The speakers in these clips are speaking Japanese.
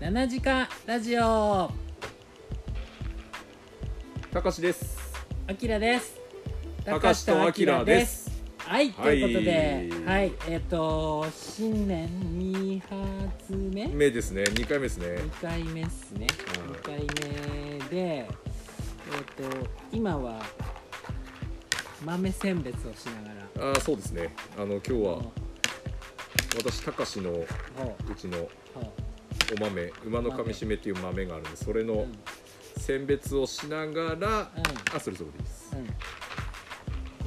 7時間ラジオたかしです。あきらですたかしとあきらです。はいということでは、はいいえっ、と新年2発目2目ですね。二回目ですね。回目っすねうん2回目でえっ、と今は豆選別をしながらああ、そうですね。あの今日はほ私たかしのううほちのうほお豆、馬の噛みしめっていう豆があるんで、それううんうのん選別をしながら、あ、それそれでいいで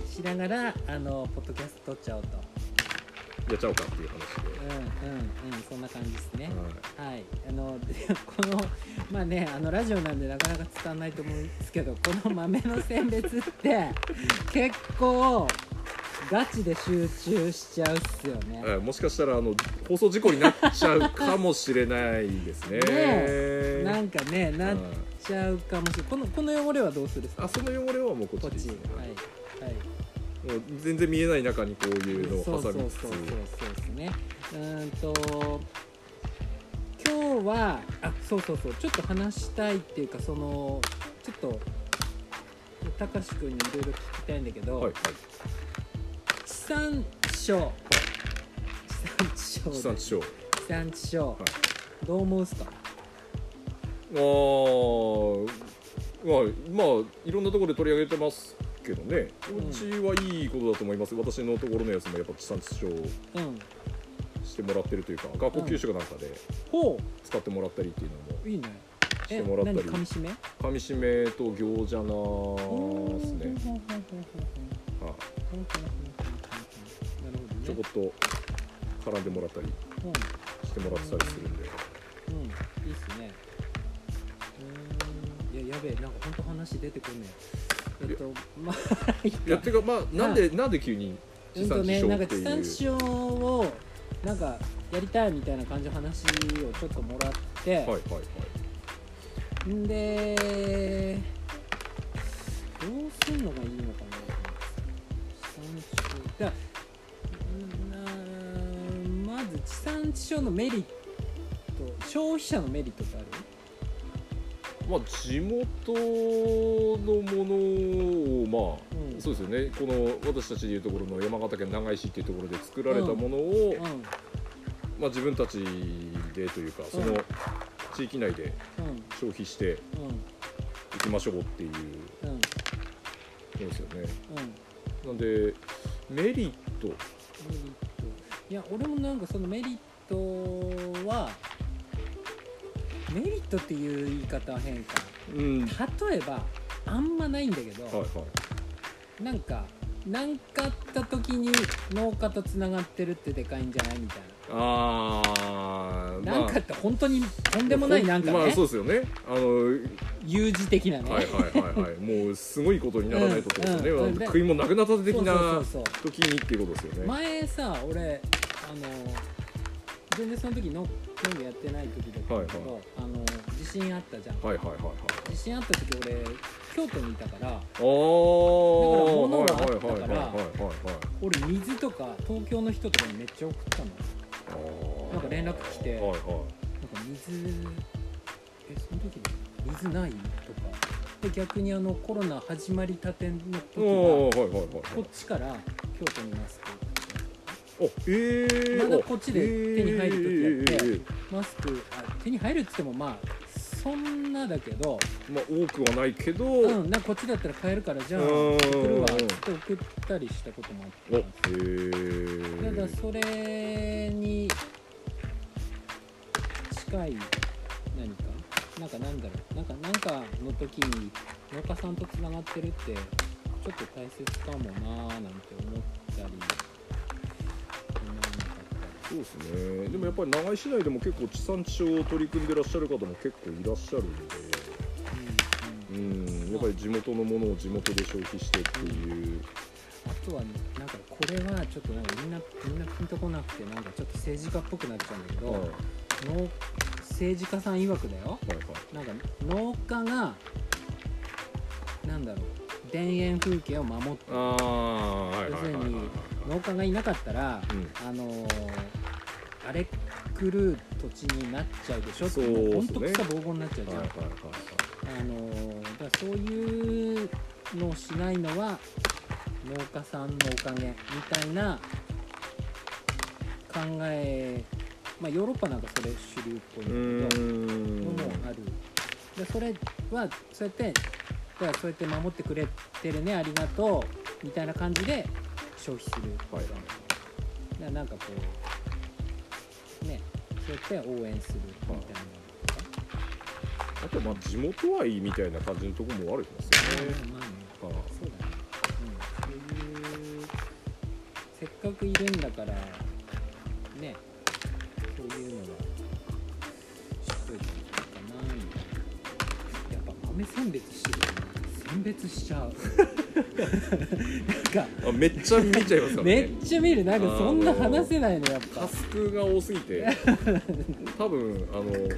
す。しながらあのポッドキャスト撮っちゃおうとやっちゃおうかっていう話うんうんうんそんな感じですね、で。はい。はい、あのこのまあねあのラジオなんでなかなか伝わらないと思うんですけどこの豆の選別って結構ガチで集中しちゃうっすよね。はいもしかしたらあの放送事故になっちゃうかもしれないですね。 ねなはいんかねなっちゃうかもしれないこのこの汚れはどうするんですかあ、その汚れはもうこっこっちでいいちではすね。はいいはいもう全然見えない中にこういうのをそうそ挟うそうみつつそうそうですねうーんと今日はあそうそうそうちょっと話したいっていうかそのちょっとたかしくんにいろいろ聞きたいんだけど、はいはい。地産地消地産地消地産で地消。地産地消、いどう思うっすかあーまあまあいろんなところで取り上げてますけどねうんうちはいいことだと思います私のところのやつもやっぱ地産地消うんしてもらってるというか学校給食なんかでほ使ってもらったりっていうのもういいねしえてもらった何りかみしめかみしめと餃子なーですね、ほうほうほうほうほうはいほうほうほうほうほうほうなるほどねちょこっと絡んでもらったりうんしてもらってたりするんでうん、いいっすね。うーん、いや、やべえ、なんか本当話出てこねえ。えっと、まあ、いっいやかて。かまあなんでなんで急にう地んと産地ね、消なっんかて地いう産地消を、なんかやりたいみたいな感じの話をちょっともらって。はいはいはいんで。どうすんのがいいのかな。地産地消。だから。うんなまず地産地消のメリット、消費者のメリットってある。まあ、地元のものを、まあうんそうですよねこの私たちでいうところの山形県長井市っていうところで作られたものを、うん。まあ、自分たちでというかその地域内でうん消費してういきましょうっていうんうんのですよねうんなんでメメリットリットいや俺もなんかそのメリットはメリットっていう言い方は変かうんは例えばあんまないんだけど、いはいなんか何かあった時に農家とつながってるってでかいんじゃないみたいあーな、なんかって本当にとんでもないなんかね、まあそうですよねあの有事的なね、はいはいはいはいもうすごいことにならないとってことですよね、うんうんなんか食いもなくなった的なそうそうそうそう時にっていうことですよね、前さ俺あの全然その時の農業やってない時だったんだけど、はあの地震あったじゃん、はいはいはいはい地震あった時俺京都にいたからあーだはいかはいら物があったかはいはいはらいはい俺水とか東京の人とかにめっちゃ送ったのあーなんか連絡来てはいはいなんか水えその時に水ないとかで逆にあのコロナ始まりたての時おはーはいはいはいこはいっちから京都にマスクおえー、まだこっちで手に入る時やってえーえーえーえマスクあ手に入るっつってもまあそんなだけどーまあ多くはないけど、うおんなんかこっちだったら買えるからじゃあうん送るわっつって送ったりしたこともあったえー、ただそれに近い何かなんかなんだろうなんかなんかの時に農家さんとつながってるってちょっと大切かもなーなんて思ったり思わなかっそうですねでもやっぱり長井市内でも結構地産地消を取り組んでらっしゃる方も結構いらっしゃるんでたり、うんうんうんやっぱり地元のものを地元で消費してっていう、あとはなんかこれはちょっとなんかみんなみんなピンとこなくてなんかちょっと政治家っぽくなっちゃうんだけど、はいはい農政治家さん曰くだよはいなんか農家がなんだろう田園風景を守ってああはい要はいすはるいはいはいに農家がいなかったら、うんあのー荒れ狂う土地になっちゃうでしょってそうもうっほすんねと草ぼうぼうになっちゃうじはいゃん、はいはいあのーだからそういうのをしないのは農家さんのおかげみたいな考えまあヨーロッパなんかそれ主流っぽいうだんけどーのんもあるでそれはそうやってだからそうやって守ってくれてるねありがとうみたいな感じで消費するはいだからなんかこうねそうやって応援するみたいなあとまあ地元愛みたいな感じのところもあるんですよね、まあまあねはいそうだね、うん、そういうせっかくいるんだからねそういうのは知っといていいかなみたいなやっぱ豆選別してると選別しちゃうなんかあめっちゃ見ちゃいますからめ ねっちゃ見るなんかそんな話せないのやっぱタスクが多すぎて多分あの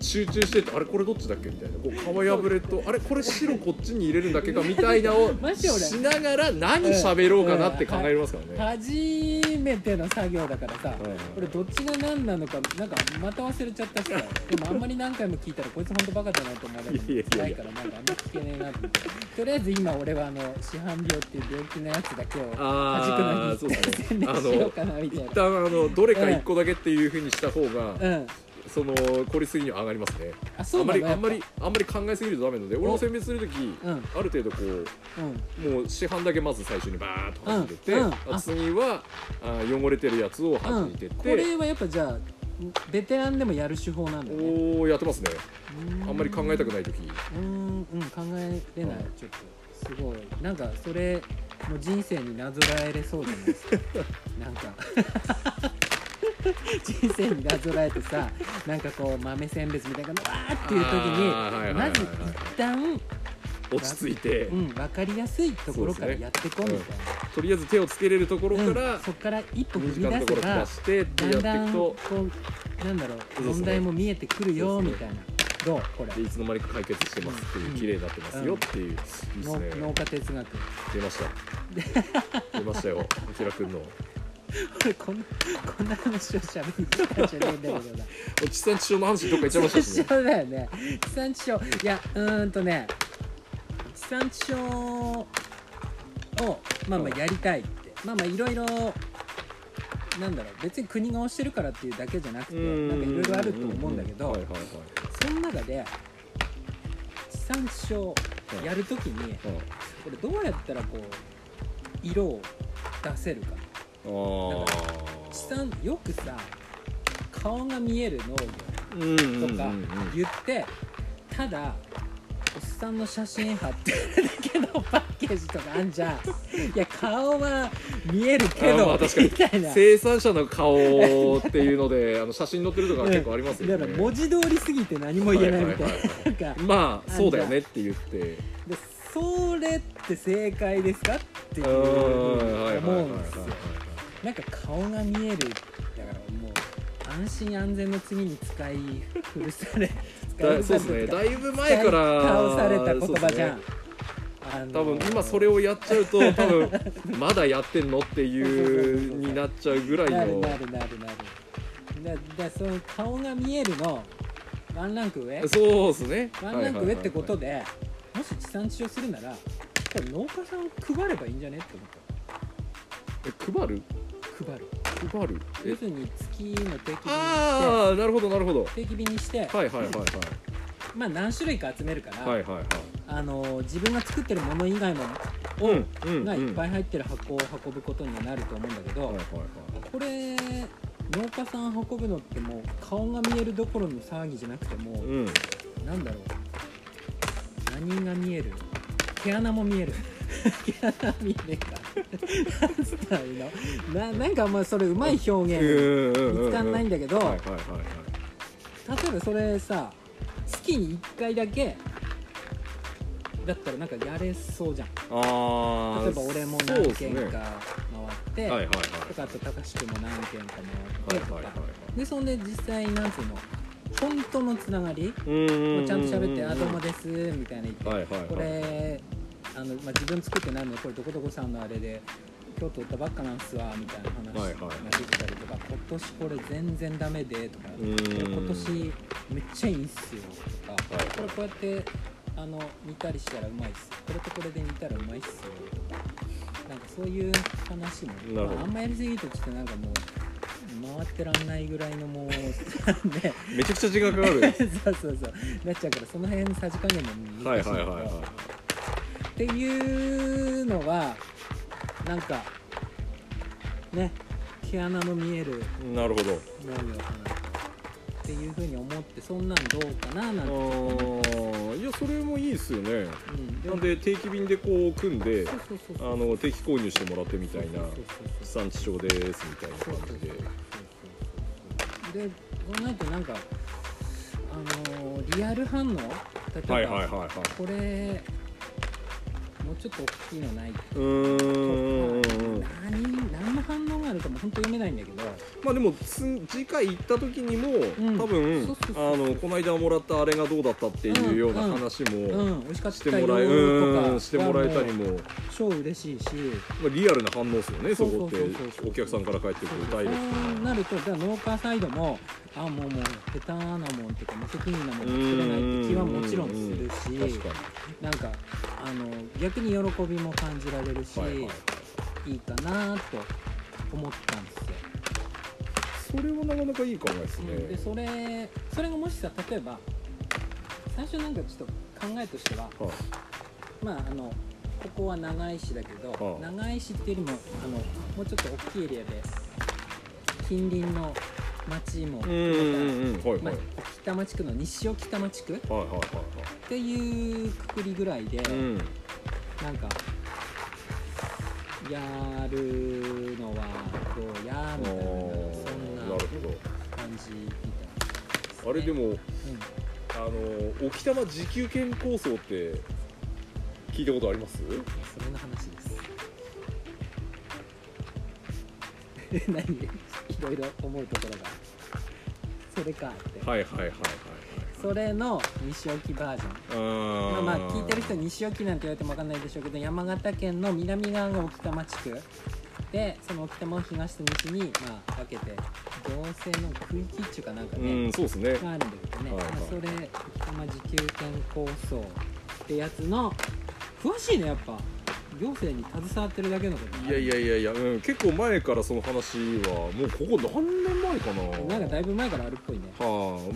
集中しててあれこれどっちだっけみたいなこう皮破れとあれこれ白こっちに入れるんだっけかみたい なをマジ俺しながら何喋ろうかなって考えますからね、初めての作業だからさ、いはい これどっちが何なのかなんかまた忘れちゃったしさでもあんまり何回も聞いたらこいつ本当バカだなと思われいやるいやないいやからなんかあんま聞けねえなと思ってとりあえず今俺はあの市販病っていう病気のやつだけをあー端くのにそうそ う宣伝しようかなみたい一な旦あのどれか1個だけっていうふうにした方が、うんその効率的には上がりますねあそあうんなのまりやあっんぱまりあんまり考えすぎるとダメなので俺も選別するとき、うんうんある程度こうもう市販だけまず最初にバーッと弾いてって、うんうんあ次はあ汚れてるやつを弾いてっこて、れはやっぱじゃあベテランでもやる手法なんだよねおーやってますねあんまり考えたくいない時うーんうん考えれない、うんちょっとすごいなんかそれもう人生になぞらえれそうじゃないですかなんか人生になぞらえてさなんかこう豆せんべつみたいなのわーっていう時に、あーはいはいはいはまいず一旦、落ち着いて、うん、分かりやすいところからやっていこうみたいとりあえず手をつけれるところな、かうらん、そっから一歩踏2時間のみ出せところからば出してってやだっんだていんくことうなんだろそううですね問題も見えてくるよみたいなどうこれでいつの間にか解決してますっていうう、ん綺麗になってますよっていう、いいですのね農家哲学 出ました出ましたよあきらくんのこんなこんな話を喋りに来たんじゃねえんだけどな。お地産地消の話どっか行っちゃいました地しね産地消だよね。地産地消。いや、うーんとね、地産地消を、まあまうんあやりたいって。まあまあいろいろ、なんだろう、別に国が推してるからっていうだけじゃなくて、なんかいろいろあると思うんだけど、はいはいはいその中で、地産地消やるときに、これどうやったらこう、色を出せるか。うんああ地産、よくさ、顔が見える農業。うんうんうんうんとか言ってただおっさんの写真貼ってるだけのパッケージとかあんじ ゃんいや顔は見えるけあまどあ確かみにたいな生産者の顔っていうのであの写真載ってるとか結構ありますよだね、から文字通りすぎて何も言えないみたいはいはいはいななんかまあそうだよねって言ってでそれって正解ですかっていううーんはいはいはい思はうんですよなんか顔が見えるだからもう安心安全の次に使い古されいはいだそうですねだいぶ前から倒された言葉じゃん、そうですねあの多分今それをやっちゃうと多分まだやってんのっていうになっちゃうぐらいなるのなるなるなるだだその顔が見えるのワンランク上そうですねワンランク上ってことでで、もし地産地消するならこれ農家さんを配ればいいんじゃねって思っ配るた配る配る要えするに月の定期便にしてああなるほどなるほど定期便にして、はいはいはいはいまあ何種類か集めるから、はいはいはいあの自分が作ってるもの以外もうんうんがいっぱいい入ってる箱を運ぶことにはなると思うんだけど、はいはいはいこれ農家さん運ぶのってもう顔が見えるどころの騒ぎじゃなくてもううんなんだろう何が見える毛穴も見える 毛穴見えるかなんつったらいいのななんかまあそれうまい表現見見つかんないんだけど、はいはいはいはい例えばそれさ月に1回だけだったらなんかやれそうじゃんああ例えば俺もそう何です軒ねか回って、はいはいはいとかあと高志くんも何軒かは回いってとか、はいはいでそんで実際なんつうの本当のつながりうーもんうちゃんと喋って「あどうもでです」みたいな言って、はいはいはいこれあの、まあ、自分作ってないのでこれどこどこさんのあれで今日取ったばっかなんすわみたいな話はいはいができたりとか、こ年これ全然ダメで」とか「こうれん今年めっちゃいいんすよ」とかはい「これこうやってあの煮たりしたらうまいっすこれとこれで煮たらうまいっすよ」とかなんかそういう話なも、るほどまあ、あんまやりすぎるとちょっとなんかもう回ってらんないぐらいのもう ねめちゃくちゃ時間か かるそうそうそうなっちゃうからその辺さじ加減もは難いしいはいはいはっていうのはなんかね毛穴の見えるいなるほど農業かなっていうふうに思ってそんなんどうかななんて、ああいやそれもいいですよねうん、なんで定期便でこう組んでそうそうそうあそうの定期購入してもらってみたいなそう地そうそうそう産地消ですみたいなそうそうそうそう感じでそうでこうなるとなんかあのーリアル反応例えば、はいはいはいはいこれもうちょっと大きいのないとかうーん何何の反応があるかも本当読めないんだけどまあでもつ次回行った時にも、ん多そう分そうそうあのこの間もらったあれがどうだったっていうようなうんうん話うもん、美味しかっしたよてもとらえ、うかんしてもらえたりも、ま超嬉しいしあ、リアルな反応ですよねそこってそうそうそうそうお客さんから返ってくるそダイレクトうなるとじゃあ農家サイドもあもうもう下手なもんっていうか無責任なもん作れないって気はもちろんするなし確かなんかあの逆に喜びも感じられるし、に、はいいはいい、かなと思ったんですよ、それはなかなかいい考えですね、うんでそれそれがもしさ例えば最初なんかちょっと考えとしてははいまああのここは長井市だけど、ああ長井市っていうよりもあのもうちょっと大きいエリアで近隣の町も、うんうんうんはいはいまはあい北町区の西尾北町区っはいはいはていうくくりぐらいで、いうんなんかやるのはどうやあみたいなーそんななるほ感じみたいなどあれねで、もうんあの沖玉持久圏構想って聞いたことありますそれの話です何いろいろ思うところがそれかって、はいはいはいはいそれの西沖バージョンはまあいまあ聞いてる人に西沖なんて言われても分かんないでしょうけど山形県の南側が沖玉地区でその沖玉を東と西にまあ分けて行政の区域っていうかなんかうね、んそうですがねあるんだけどね、はいはいまあそれ沖玉自給権構想ってやつの詳しいねやっぱ行政に携わってるだけのこといやいやいやいや、うん、結構前からその話はもうここ何年前かななんかだいぶ前からあるっぽいねはあもう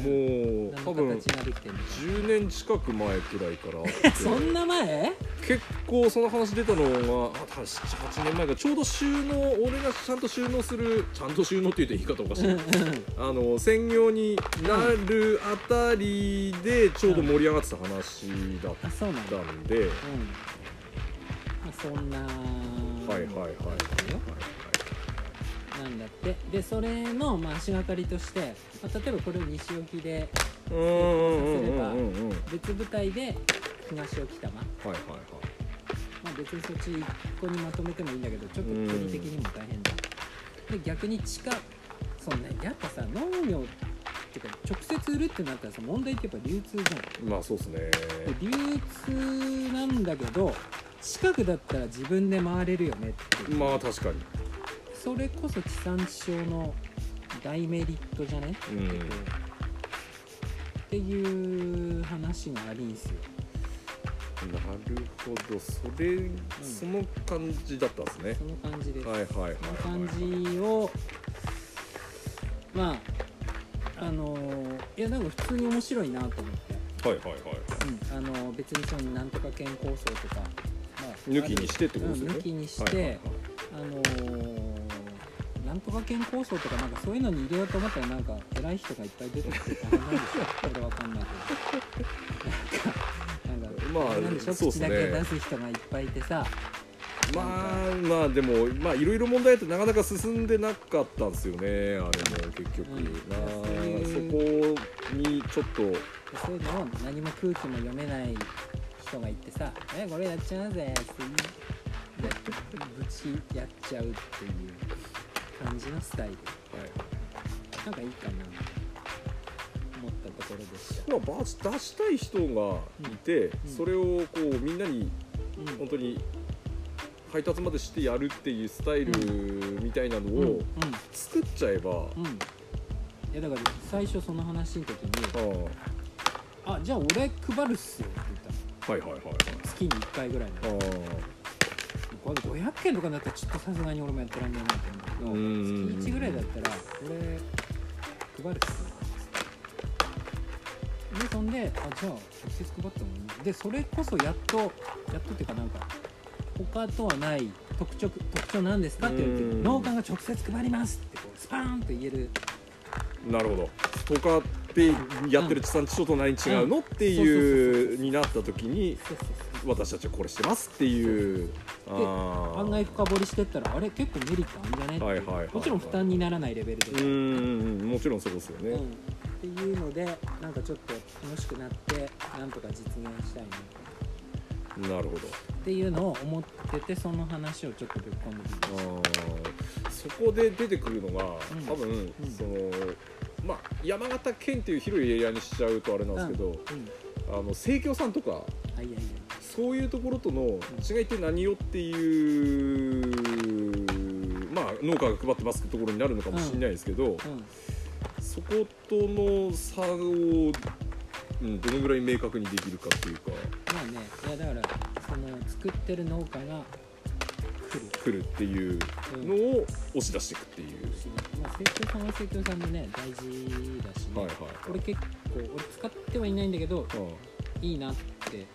多何の分形ができてるのか10年近く前くらいからあって そんな前結構その話出たのがあ多分78年前かちょうど収納俺がちゃんと収納するちゃんと収納って言うと言い方おかしいあの専業になるあたりでちょうど盛り上がってた話だっあそうなんだたうんんで、はいまあそんなはいはいはいよなんだってでそれのまあ足がかりとして、まあ、例えばこれを西沖でうんうんうんうんうんうんはい別部隊で東沖玉、まはいはいあ、別にそっち1個にまとめてもいいんだけどちょっと距離的にも大変だで逆に地下そうねやっぱさ農業っていうか直接売るってなったらさ問題ってやっぱ流通じまあそうですねゃんで流通なんだけど近くだったら自分で回れるよねっていう、まあ確かにそれこそ地産地消の大メリットじゃねうんっていう話がありんすよなるほどそれ、その感じだったんですねその感じです、はいはいはいはいその感じをまああのーいやなんか普通に面白いなと思って、はいはいはいうんあのー別にそのなんとか健康層とか、まあ抜きにしてってことですよねうん抜きにして、はいはいはいあのーなんとか健康層とかなんかそういうのに入れようと思ったらなんか偉い人がいっぱい出てきて大変なんでし ょこれわかんないけどなんかなんかまああれなんでしょそうっす口ねだけ出す人がいっぱいいてさまあまあでもまあいろいろ問題ってなかなか進んでなかったんですよねあれも結局、うんまそういあそこにちょっとそういうのを何も空気も読めない人がいてさ「えこれやっちゃうぜ」って言いやぶちやっちゃうっていう感じのスタイルなんかいいかなと思ったところでした、まあバーチ出したい人がいて、んそれをこうみんなにうん本当に配達までしてやるっていうスタイルみたいなのうんうんを作っちゃえば、うんいやだから最初その話の時にあ「ああじゃあ俺配るっすよ」って言ったのはいはいはいはい月に1回ぐらいのあこれ500件とかになったらちょっとさすがに俺もやってらんねえなと思ううんんだけど月1ぐらいだったらこれ配るっすねでそんであじゃあ直接配ったもんねでそれこそやっとやっとっていうかなんか他とはない特徴特徴なんですかって言われてうん農家が直接配りますってこうスパーンと言えるあなるほどとかってやってる地産地消と何違うのっていうになった時にそうそうそう私たちはこれしてますっていううでああ案外深掘りしてったらあれ結構メリットあんじゃねっていうはいはいはいはいもちろん負担にならないレベルで、うーんもちろんそうですようん、っね、ていうのでなんかちょっと楽しくなってなんとか実現したいななるほどっていうのを思っててその話をちょっとぶっ込んでみまあーそこで出てくるのが、ん多分、んそのまあ山形県っていう広いエリアにしちゃうとあれなんですけど、すうんあの生協さんとかあいやいやそういうところとの違いって何よっていう、まあ、農家が配ってますってところになるのかもしれないですけど、うんそことの差を、うん、どのぐらい明確にできるかっていうかまあねいやだからその作ってる農家が来る来るっていううんのを押し出していくっていう。しまあ成長さんは成長さんでね大事だしね、はいはい俺結構俺使ってはいないんだけどはいいなって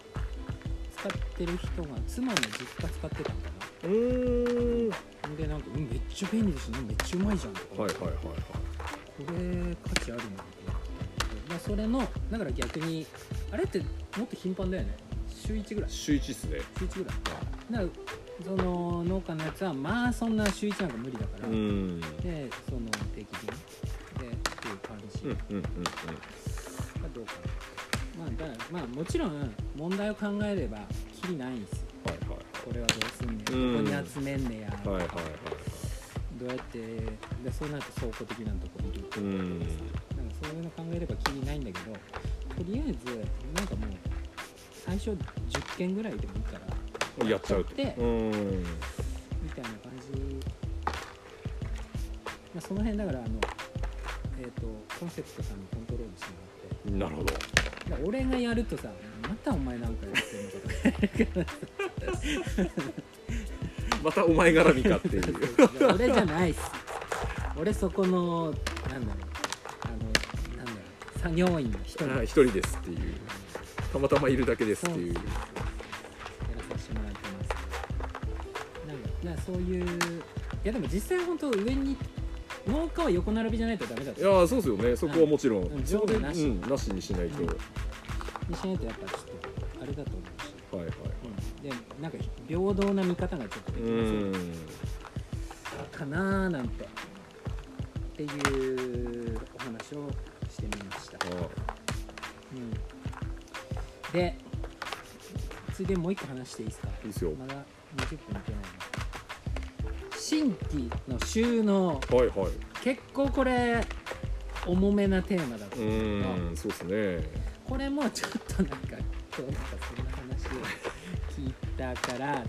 使ってる人が妻の実家使ってたんかうーんはなでなんか、うん、めっちゃ便利ですねめっちゃうまいじゃんとか、いはいはいはいこれ価値あるなまあそれのだから逆にあれってもっと頻繁だよね週1ぐらい週1っすね週1ぐらいだからその農家のやつはまあそんな週1なんか無理だから、んでその定期便でっていう感じうんうんうんがどうかな、まあだからまあもちろん問題を考えればきりないんですよこれはどうすんねんここうんに集めんねや、はいはいはいはいはいはどうやってでそうなると倉庫的なとこに行くいうんなんかそういうの考えればきりないんだけどとりあえずなんかもう最初10件ぐらいでもいいからやっちゃうとでうんみたいな感じ、まあ、その辺だからあの、えー、とコンセプトさんにコントロールしてもらってなるほどだから俺がやるとさまたお前なんかやってんのかとかまたお前絡みかっていう いや俺じゃないっす俺そこのなんだろうあのなんだろう作業員の人にはいや一人ですっていうたまたまいるだけですっていうらさせてもらってますなんかなんかそういういやでも実際本当上に農家は横並びじゃないとダメだといやーそうですよねそこはもちろん、うん上下なしうん、なしにしないと、うんにしないとやっぱちょっとあれだと思うし、はいはいでなんか平等な見方がちょっとできうまんせんかなーなんてっていうお話をしてみました、あうん、でついでもう一個話していいですかいいっすよまだ20分いけないな新規の収納はいはい結構これ重めなテーマだとうーんそうですねこれもちょっとなんか今日なんかそんな話を聞いたから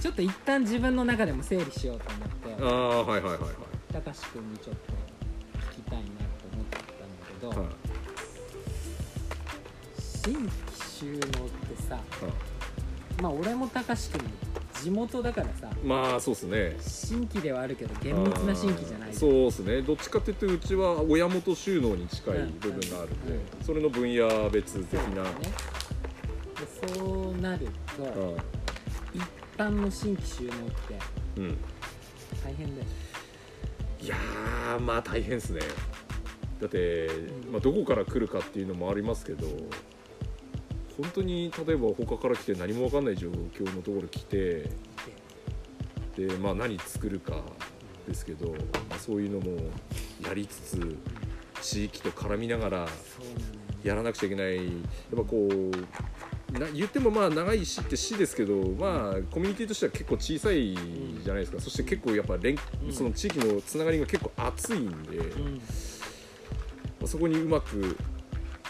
ちょっと一旦自分の中でも整理しようとあ思ってあはいはいはいはいたかしくんにちょっと聞きたいなと思ってたんだけど、はい新規収納ってさはいまあ俺もたかしくんも地元だからさまあそうですね新規ではあるけど厳密な新規じゃないあーそうですねどっちかっていうとうちは親元収納に近い部分があるんで、うんそれの分野別的な、ねでそうなると、あ一般の新規収納ってーうん大変だよいやーまあ大変ですねだって、まあ、どこから来るかっていうのもありますけど本当に例えば他から来て何も分かんない状況のところ来てでで、まあ、何作るかですけど、まあ、そういうのもやりつつ地域と絡みながらそうなのよねやらなくちゃいけないやっぱこうな言ってもまあ長い市って市ですけどまあコミュニティとしては結構小さいじゃないですかそして結構やっぱ連うんその地域のつながりが結構厚いんで、まうんあそこにうまく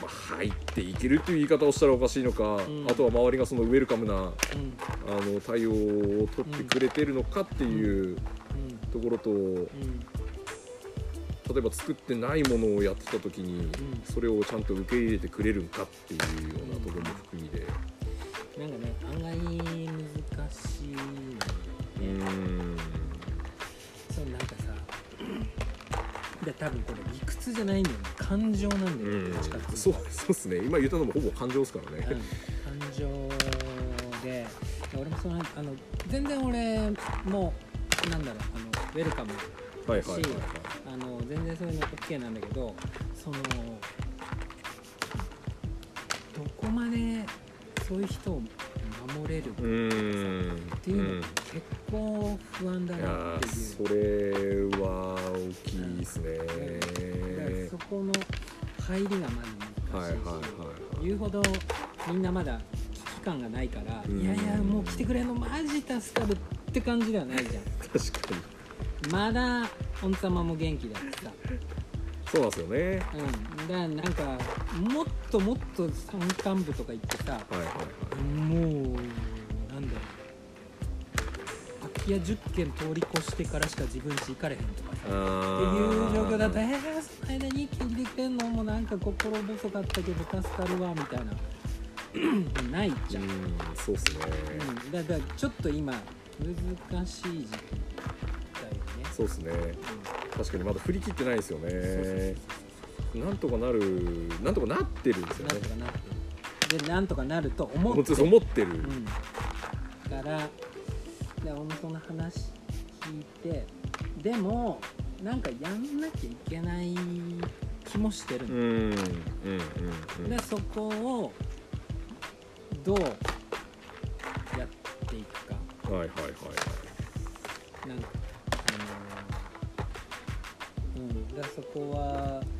まあ、入っていけるっていう言い方をしたらおかしいのか、んあとは周りがそのウェルカムなうんあの対応を取ってくれてるのかっていううんところと、うん例えば作ってないものをやってた時にんそれをちゃんと受け入れてくれるんかっていうようなところも含みでなんかね案外難しいのよねうーんそうなんかさで多分これ理屈じゃないんだよね感情なんだよねどっちかっていそううとそうですね今言ったのもほぼ感情ですからね、うん感情で俺もそのあの全然俺もなんだろうあのウェルカムはいはいはいはいあの全然そういうの OK なんだけどそのどこまでそういう人を守れるっうーんていううんのが結構不安だいやなっていう。ーそれは大きいですね、だからそこの入りがまず難しいし、はいはいはいはい言うほどみんなまだ危機感がないから、うんいやいやもう来てくれんのマジ助かるって感じではないじゃ確かにんまだおんさまも元気だしさ、そうなんですよねうん、だからなんかもっともっと山間部とか行ってさはいはいはいもうなんだろう空き家10軒通り越してからしか自分家行かれへんとかさってあいう状況だと「えねー、その間に一気にできてんのもうなんか心細かったけど助かるわ」みたいなないじうゃん、うんんそうっすね、だからちょっと今難しい時期だよね、そうっすね確かにまだ振り切ってないですよねなんとかなるなんとかなってるんですうん、よなねんとかなってるでなんとかなると思思っっててる思ってる、うん、だからで俺もその話聞いてでもなんかやんなきゃいけない気もしてるのうんうんうんうんでそこをどうやっていくかはいはいはいはいなんかあのーうんだからそこはだか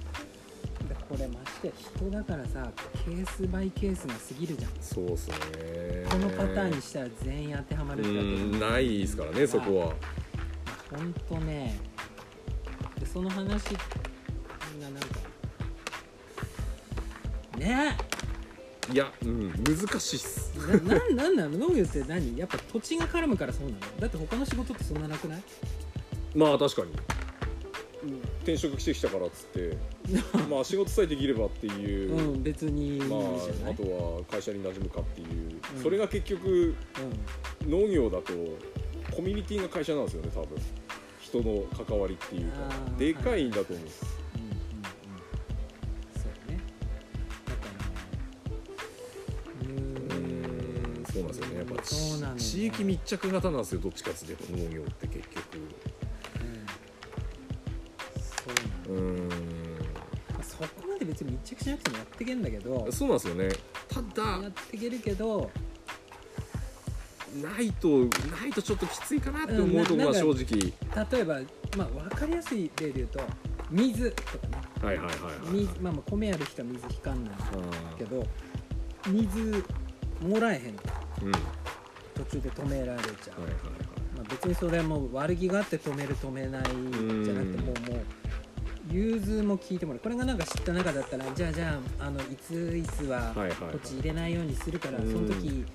らこれまして人だからさケースバイケースが過ぎるじゃんそうっすねこのパターンにしたら全員当てはまるってわけじゃうんないですからねそこははほんとねでその話がなんかねえいや、うん、難しいっすななんなんなの農業って何やっぱ土地が絡むからそうなのだって他の仕事ってそんななくないまあ確かに転職してきたからっつ ってまあ仕事さえできればっていう、うん別にいいじゃまあない、あとは会社に馴染むかっていう、うんそれが結局う農業だとコミュニティが会社なんですよね多分人の関わりっていうかあーでかいんだと思うんです、んうんうんうんそうねだからうーんそうなんですよねやっぱそうなのよね地域密着型なんですよどっちかっていうと農業って結局うんそうなのようーんまあそこまで別に密着しなくてもやってけんだけどそうなんですよねただやってけるけどないとないとちょっときついかなって思うとこうんなろなが正ん直例えばまあ分かりやすい例で言うと水とかねはいはいはいはい水まあまあ米ある人は水引かんないあけど水もらえへんーうん途中で止められちゃう、はいはいはまあ、別にそれはもう悪気があって止める止めないじゃなくてうんもうもう融通も聞いてもらうこれがなんか知った中だったらじゃあじゃああのいついつはいはいはいはい土地入れないようにするから、うんその時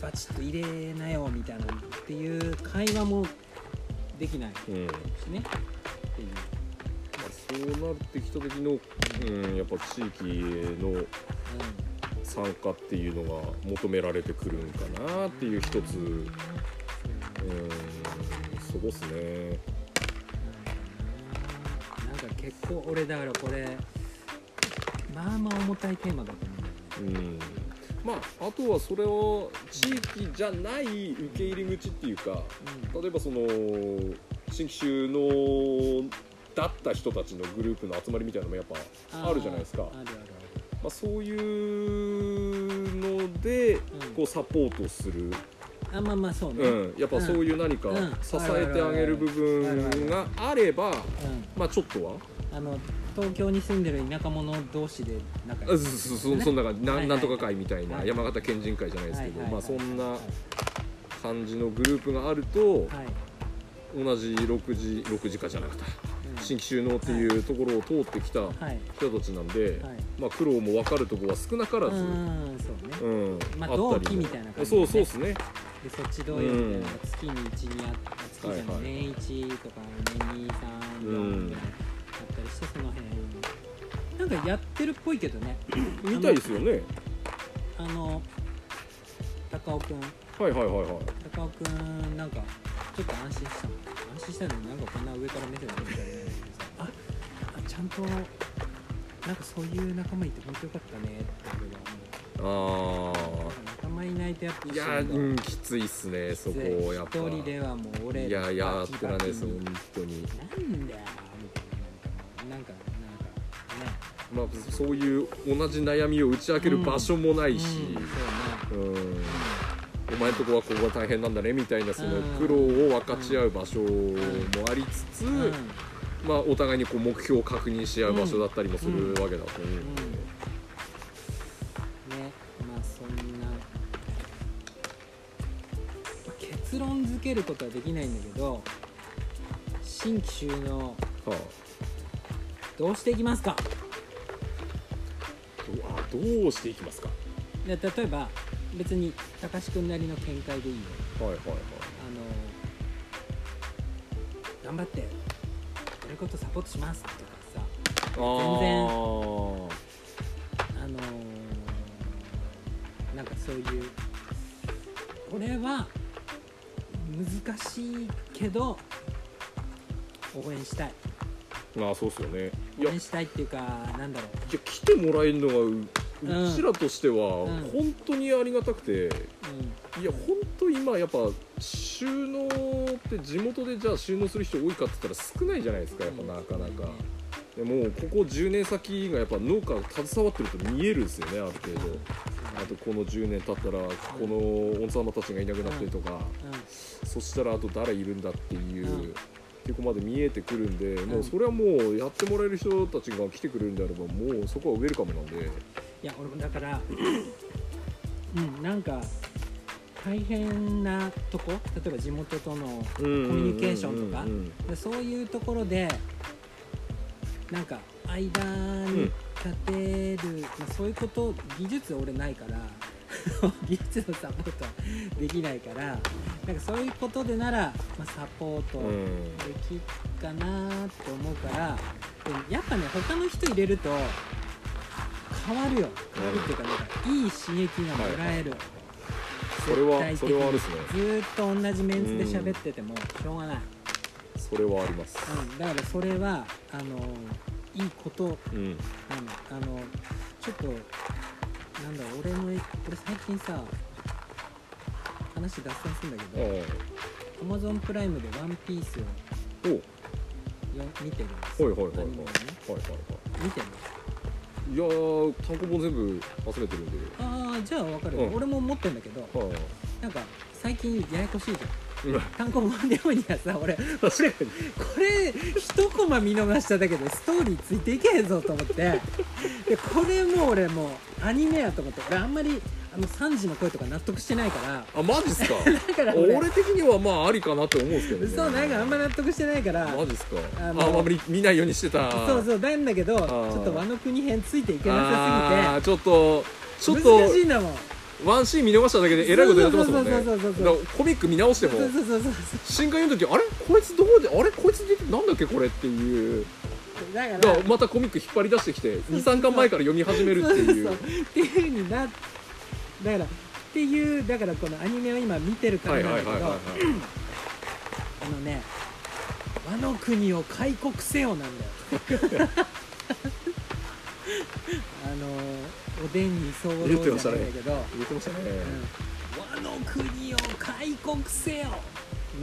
バチッと入れなよみたいなっていう会話もできないしうんまねっていうあそうなってきた時の、うん、やっぱ地域の参加っていうのが求められてくるんかなっていう一つ、うん、そこっすね。なんか結構俺だからこれまあまあ重たいテーマだと思うんだよねうんまあ、あとはそれを地域じゃない受け入れ口っていうか例えばその新規収納だった人たちのグループの集まりみたいなのもやっぱあるじゃないですかあるあるまあ、そういうのである。こうサポートする、うん、あまあまあそうね。ううん。ん、やっぱそういう何かうん支えてあげる部分があれば、まあ、ちょっとはあの東京に住んでる田舎者同士で仲あ良そそそそんな感じななんとか会みたいなはい山形県人会じゃないですけど、まあ、そんはない感じのグループがあるとはい同じ6時6時かじゃなくてうん新規収納っていうところを通ってきたはい人たちなんで、はいまあ、苦労も分かるところは少なからうず、うんんそうねまあったりも同期みたいな感じでそねうそうですねでそっちどうよみたいなうん月に1にあ月じゃないはいはい年1とか年う234んみたいなのあったりしてその辺なんかやってるっぽいけどねみたいですよねあの高尾くんはいはいはいはい高尾くんなんかちょっと安心したもん安心したのになんかこんな上から目線で見たりないんだけどさああちゃんとなんかそういう仲間いて本当よかったねって俺はあ思う仲間いないとやっぱあ一い緒やにうんきついっすねそこやっぱ一人ではもう俺いやいやバっキてバキらないです本当になんだよみたいななんかなんかまあそういう同じ悩みを打ち明ける場所もなねいし、うんそううんねお前んとこはここが大変なんだねみたいなそうのん苦労を分かち合う場所もありつつ、うんうんまあ、お互いにこう目標を確認し合う場所だったりもするわけだと思うんで、ねまあそんな結論付けることはできないんだけど新規収納はどうしていきますかあどうあどうしていきますかいや例えば別に高志くんなりの見解でいいよはいはいはいあの頑張ってやることサポートしますとかさああーのなんかそういうこれは難しいけど応援したいまあそうっすよねい応やい援したいっていうかなんだろうや来てもらえるのがううちらとしてはうん本当にありがたくて、うんいや本当今やっぱ収納って地元でじゃあ収納する人多いかって言ったら少ないじゃないですかやっぱなかなか、でもうここ10年先がやっぱ農家が携わってると見えるんですよねある程度あとこの10年経ったらこの御様たちがいなくなったりとか、そしたらあと誰いるんだっていう、うんっていうこまで見えてくるんで、もううんそれはもうやってもらえる人たちが来てくれるんであればもうそこはウェルカムなんでいや俺もだからうんなんか大変なとこ例えば地元とのコミコミュニケーションとかでそういうところでなんか間に立てる、まあ、そういうこと技術俺ないから 技術のサポートはできないからなんかそういうことでなら、まあ、サポートうん、できるかなって思うから、でもやっぱね他の人入れると変わるよ変わるっていうかなんかいい刺激がもらえる、それ絶対は的そにれはあれですねずーっと同じメンツで喋っててもしょうがない。それはあります、うん、だからそれはあのいいことうん、なのあのちょっとなんだろう俺の俺最近さ話脱線するんだけああど Amazon プライムで「ワンピースをおうよ見てるんですはいはいはいはいアはいニメをねはいは見てるのいいやー単行本全部集めてるんでああじゃあ分かるよ、うん俺も持ってんだけどはなんか最近ややこしいじゃんい、うん、単行本でもいいやさ俺確か にこれ一コマ見逃しただけでストーリーついていけへんぞと思ってでこれもう俺もうアニメやと思って俺あんまりあの3時の声とか納得してないからあマジっすかだから俺俺的にはまあありかなって思うんですけど、ね、そうなんかあんま納得してないからマジっすかああんのまり見ないようにしてたそうそうなんだけどちょっとワノ国編ついていけなあーちょっとちさょっすぎてと難しいんだもんワンシーン見逃しただけでえらいことになってますもんねそうそうそうそうそうだからコミック見直してそうそもうそうそうそ新刊読む時あれこいつどこであれこいつ出てなんだっけこれっていううだからだからまたコミック引っ張り出してきて23巻前から読み始めるっていうそうそうそうっていうふうになだからっていうだからこのアニメを今見てるかはらいはないんはだいけはいどはあのね「ワノ国を開国せよ」 なんだよあのおでんに候じゃないんだけどい言ってましたね、 「ワノ国を開国せよ」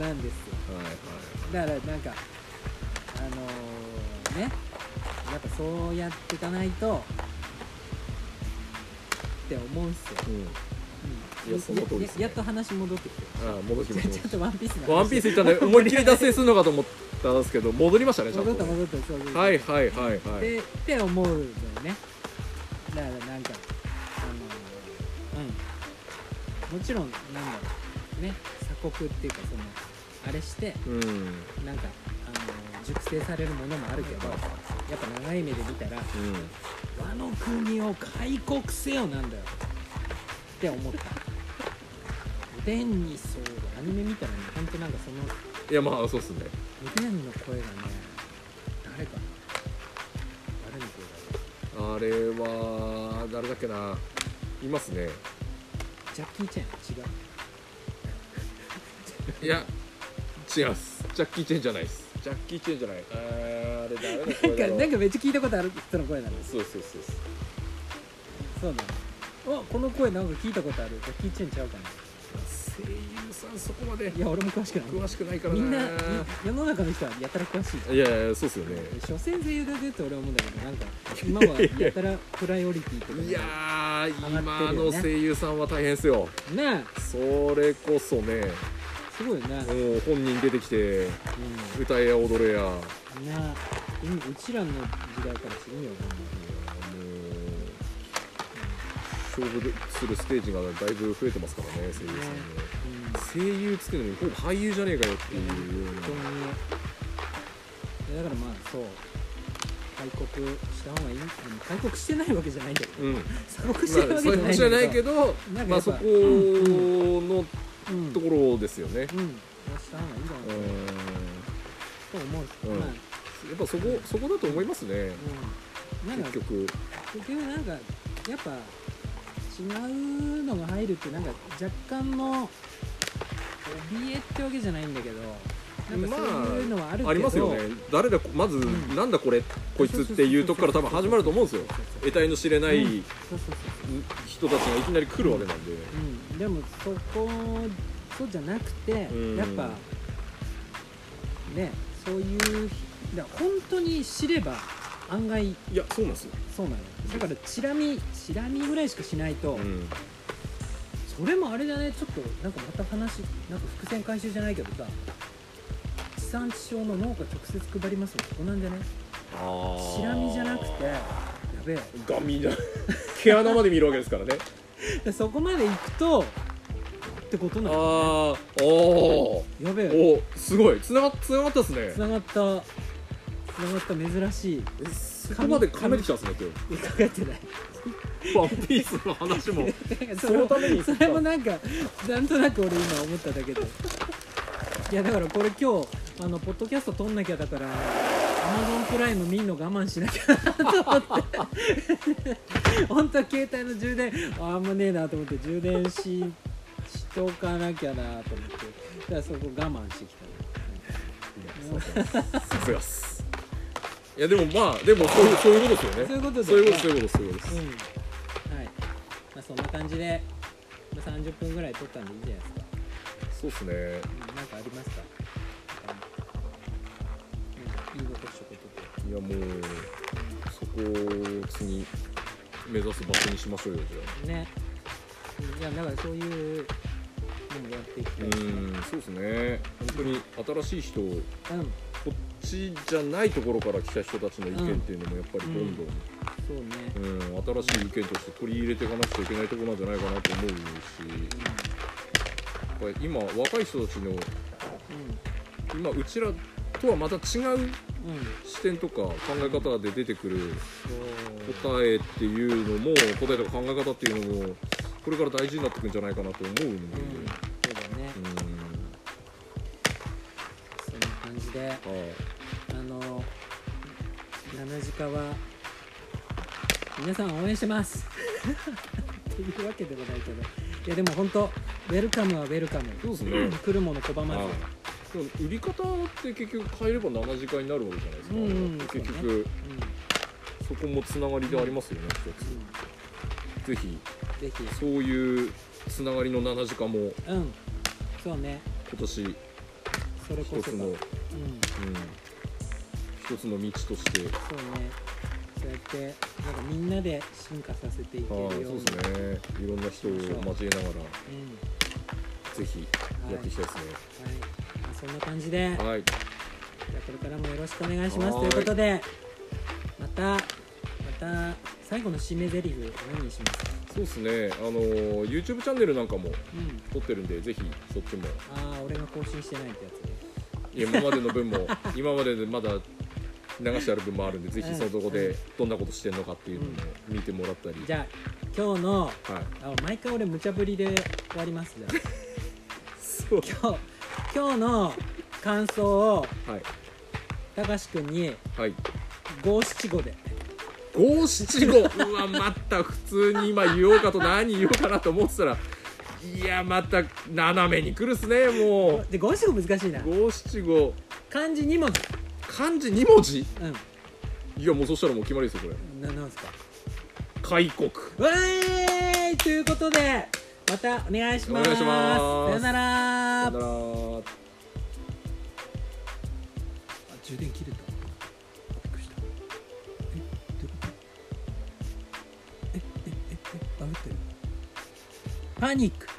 なんですよはいはだいからなんかあのねやっぱそうやっていかないとって思うんすよ、うんうん、いやそんなことですねややっと話戻ってきてああ戻しまちしょっとワンピースたワンピースいったんで思いっきり脱線するのかと思ったんですけど戻りましたねちゃんと戻っねた戻ったそうそうそうはいはいはいはいでって思うのよねだからなんかあのうんもちろんなんだろうね鎖国っていうかそのあれしてうんなんかあの熟成されるものもあるけどやっぱ長い目で見たら和の国を開国せよなんだよって思ったおでんにそうアニメ見たらねほんとなんかそのいやまあそうっすねおでんの声がね誰か誰の声だろあれは誰だっけないますねうジャッキー・チェン違ういや違いますジャッキー・チェンじゃないですジャッキー・チェンじゃないあーあれ誰だこれだろなんかうなんかめっちゃ聞いたことある人の声なんですそうそうそうそそううなのあこの声なんか聞いたことあるジャッキー・チェンちゃうかな声優さんそこまでいや俺も詳しくない詳しくないからみんなな世の中の人はやたら詳しいいやいやそうっすよね所詮声優だぜって俺は思うんだけどなんか今はやたらプライオリティとかねいやー上がっ今てるよのね声優さんは大変っすよねえそれこそねすごいよね、もう本人出てきてう、歌えや踊れやもうんねえうんうちらの時代からすごいよね勝負するステージがだいぶ増えてますからね声優さんねも。うん声優つけるのにほぼ俳優じゃねえかよっていうような本当にいやだからまあそう開国した方がいいうん開国してないわけじゃないんだけどうん、ま鎖国あしてるわけじゃないんだけど、じゃないけどどなんかやっぱまあそこのうん、ところですよねうん、した方がいいんじゃうないんかなと思う、うんまあやっぱそこそこだと思いますねうんなんか結局結局なんかやっぱ違うのが入るってなんか若干の怯えってわけじゃないんだけどなんかそういうのはあるけど、ありますよね誰だこまず、んなんだこれこいつっていうとこから多分始まると思うんですよそう得体の知れないうんそうそうそう人たちがいきなり来るわけなんで、うん、でもそこそうじゃなくて、うんやっぱねそういうだから本当に知れば案外いやそうなんですよ、そうなのよだからチラ見チラ見ぐらいしかしないと、うんそれもあれだねちょっとなんかまた話なんか伏線回収じゃないけどさ地産地消の農家直接配りますのそこなんじゃねチラ見じゃなくてやべえガミじゃ 毛穴まで見るわけですからねでそこまで行くとってことなのああおーやべえおすごいつながつながったですつねながったつながった珍しいえそこまで噛めてきたんですねいやかかってない今日ワンピースの話もそれそものためにそれもなんかなんとなく俺今思っただけでいやだからこれ今日あのポッドキャスト撮んなきゃだから Amazon プライム見んの我慢しなきゃなと思って本当は携帯の充電ああんまねえなと思って充電ししとかなきゃなと思ってだからそこ我慢してきさすがっすいやでもまあでもそういうそういうことたですそういようねことでそういうことそういうことそういうことですうんはい、まあ、そんな感じでまあ30分ぐらい撮ったんでいいじゃないですかそうですねなんかありますか。なんか言い残したこととか。いやもうそこを次目指す場所にしましょうよじね。いや、だから、そういう。のもやっていきたゃあい。うんそうですね本当に新しい人をうん、こっちじゃないところから来た人たちの意見っていうのもやっぱりどんどん、そうね。うん、新しい意見として取り入れていかなくちゃいけないところなんじゃないかなと思うしやっぱり今若い人たちの今うちらとはまた違ううん、うん、うん、視点とか考え方で出てくるそう。答えっていうのも答えとか考え方っていうのもこれから大事になってくるんじゃないかなと思うので、うんうん、そうだね。そんな感じで、はいあの。七時間は。皆さん応援してます。っていうわけでもないけど。いや、でも、本当。ウェルカムはウェルカム。そうですね、来るもの拒まずは。いでも売り方って結局変えれば7時間になるわけじゃないですか、うんうん結そう局、うん。そこもつながりでありますようね、ん一つぜひぜひそういうつながりの7時間もうんそうね今年それこ一そつがの、ううんん、一つの道としてそうねそうやってなんかみんなで進化させていけるよはういにそうですねいろんな人を交えながうらんぜひやっていきたいですはいまあそんな感じで、ねはいじゃあこれからもよろしくお願いしますはといいうことでまたまた最後の締め台詞何にしますかそうですねあの YouTube チャンネルなんかもうん撮ってるんでぜひそっちもああ俺が更新してないってやつね今までの分 も今まででまだ流してある分もあるんでぜひそのとこでどんなことしてんのかっていうのも見てもらったり、じゃあ今日のはいあ毎回俺無茶ぶりで終わりますじゃ そうあ今日今日の感想をはいたかしくんにはい五七五で五七五うわまた普通に今言おうかと何言おうかなと思ってたらいやまた斜めに来るっすねも うで五七五難しいな五七五漢字2文字漢字二文字ういやもうそしたらもう決まりですよこれんななんすか開国わーいということでまたお願いしますお願いしますさよならさよならあ充電切れたびっくりしたえどういうことええええあ撃ってるパニック